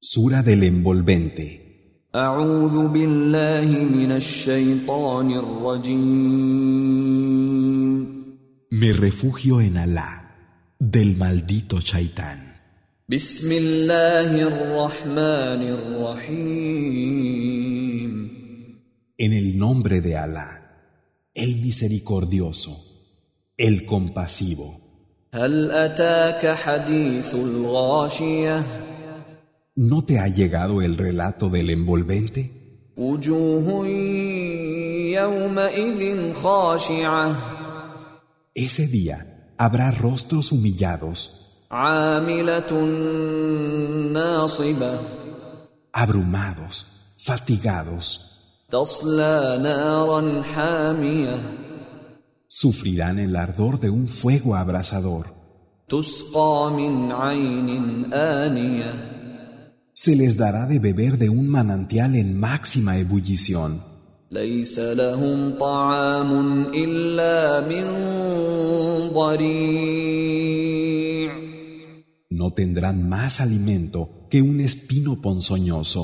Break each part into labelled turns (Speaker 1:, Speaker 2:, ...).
Speaker 1: Sura del envolvente.
Speaker 2: أعوذ بالله من الشيطان الرجيم
Speaker 1: Me refugio en Alá, del maldito Chaitán.
Speaker 2: بسم الله الرحمن الرحيم
Speaker 1: En el nombre de Alá, el misericordioso, el compasivo.
Speaker 2: هل أتاك حديث الغاشية
Speaker 1: ¿No te ha llegado el relato del envolvente?
Speaker 2: وجوه يومئذ خاشعة
Speaker 1: Ese día habrá rostros humillados,
Speaker 2: عاملة ناصبة
Speaker 1: abrumados, fatigados.
Speaker 2: تصلى نارا حامية
Speaker 1: Sufrirán el ardor de un fuego abrasador.
Speaker 2: تسقى من عين آنيه
Speaker 1: Se les dará de beber de un manantial en máxima ebullición.
Speaker 2: ليس لهم طعام إلا من ضريع
Speaker 1: No tendrán más alimento que un espino ponzoñoso.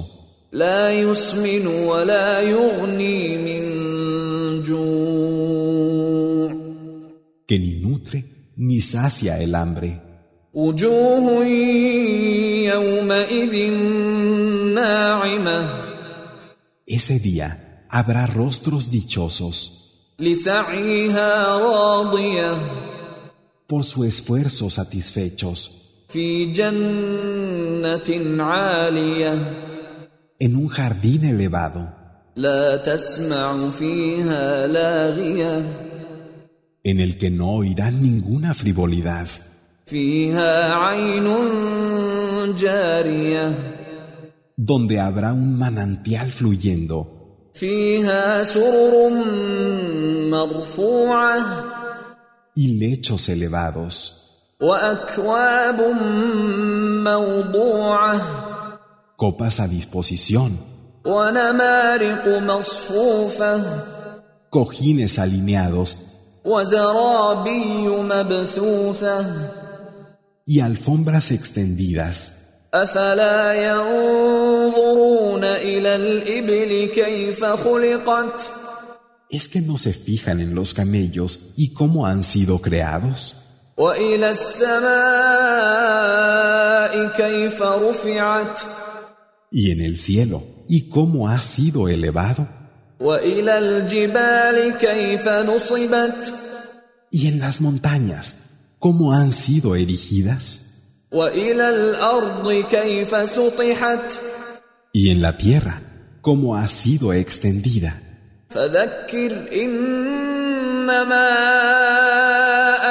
Speaker 2: لا يسمن ولا يغني من جوع
Speaker 1: que ni nutre ni sacia el hambre.
Speaker 2: وجوه يومئذ ناعمة
Speaker 1: Ese día habrá rostros dichosos.
Speaker 2: لسعيها راضية
Speaker 1: Por su esfuerzo satisfechos,
Speaker 2: في جنة عالية
Speaker 1: en un jardín elevado,
Speaker 2: لا تسمع فيها لاغيه
Speaker 1: en el que no oirán ninguna frivolidad.
Speaker 2: فيها عين جارية
Speaker 1: Donde habrá un manantial fluyendo,
Speaker 2: فيها سرر مرفوعة
Speaker 1: y lechos elevados,
Speaker 2: وأكواب موضوعة
Speaker 1: copas a disposición,
Speaker 2: ونمارق مصفوفة
Speaker 1: cojines alineados,
Speaker 2: وزرابي مبثوثة
Speaker 1: y alfombras extendidas.
Speaker 2: أفلا ينظرون إلى الإبل كيف خلقت ؟
Speaker 1: ¿Es que no se fijan en los camellos y cómo han sido creados?
Speaker 2: وإلى السماء كيف رفعت
Speaker 1: y en el cielo, y cómo ha sido elevado,
Speaker 2: وإلى الجبال كيف نصبت
Speaker 1: y en las montañas, cómo han sido erigidas,
Speaker 2: وإلى الأرض كيف سطحت
Speaker 1: y en la tierra, cómo ha sido extendida.
Speaker 2: فذكر إنما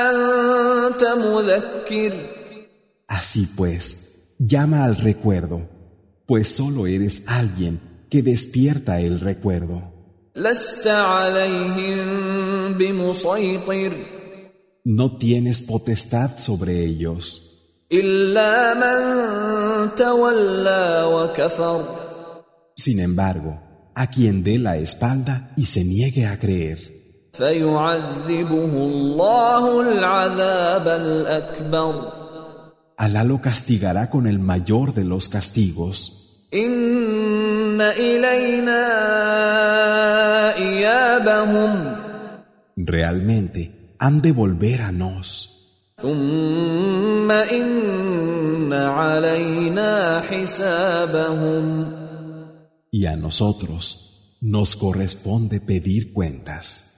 Speaker 2: أنت مذكر
Speaker 1: Así pues, llama al recuerdo, pues solo eres alguien que despierta el recuerdo.
Speaker 2: لست عليهم بمسيطر
Speaker 1: No tienes potestad sobre ellos,
Speaker 2: إلا من تولى وكفر
Speaker 1: sin embargo, a quien dé la espalda y se niegue a creer.
Speaker 2: فيعذبه الله العذاب الأكبر
Speaker 1: Alá lo castigará con el mayor de los castigos.
Speaker 2: إن إلينا إيابهم
Speaker 1: realmente han de volver a nos,
Speaker 2: ثم إن علينا حسابهم
Speaker 1: y a nosotros nos corresponde pedir cuentas.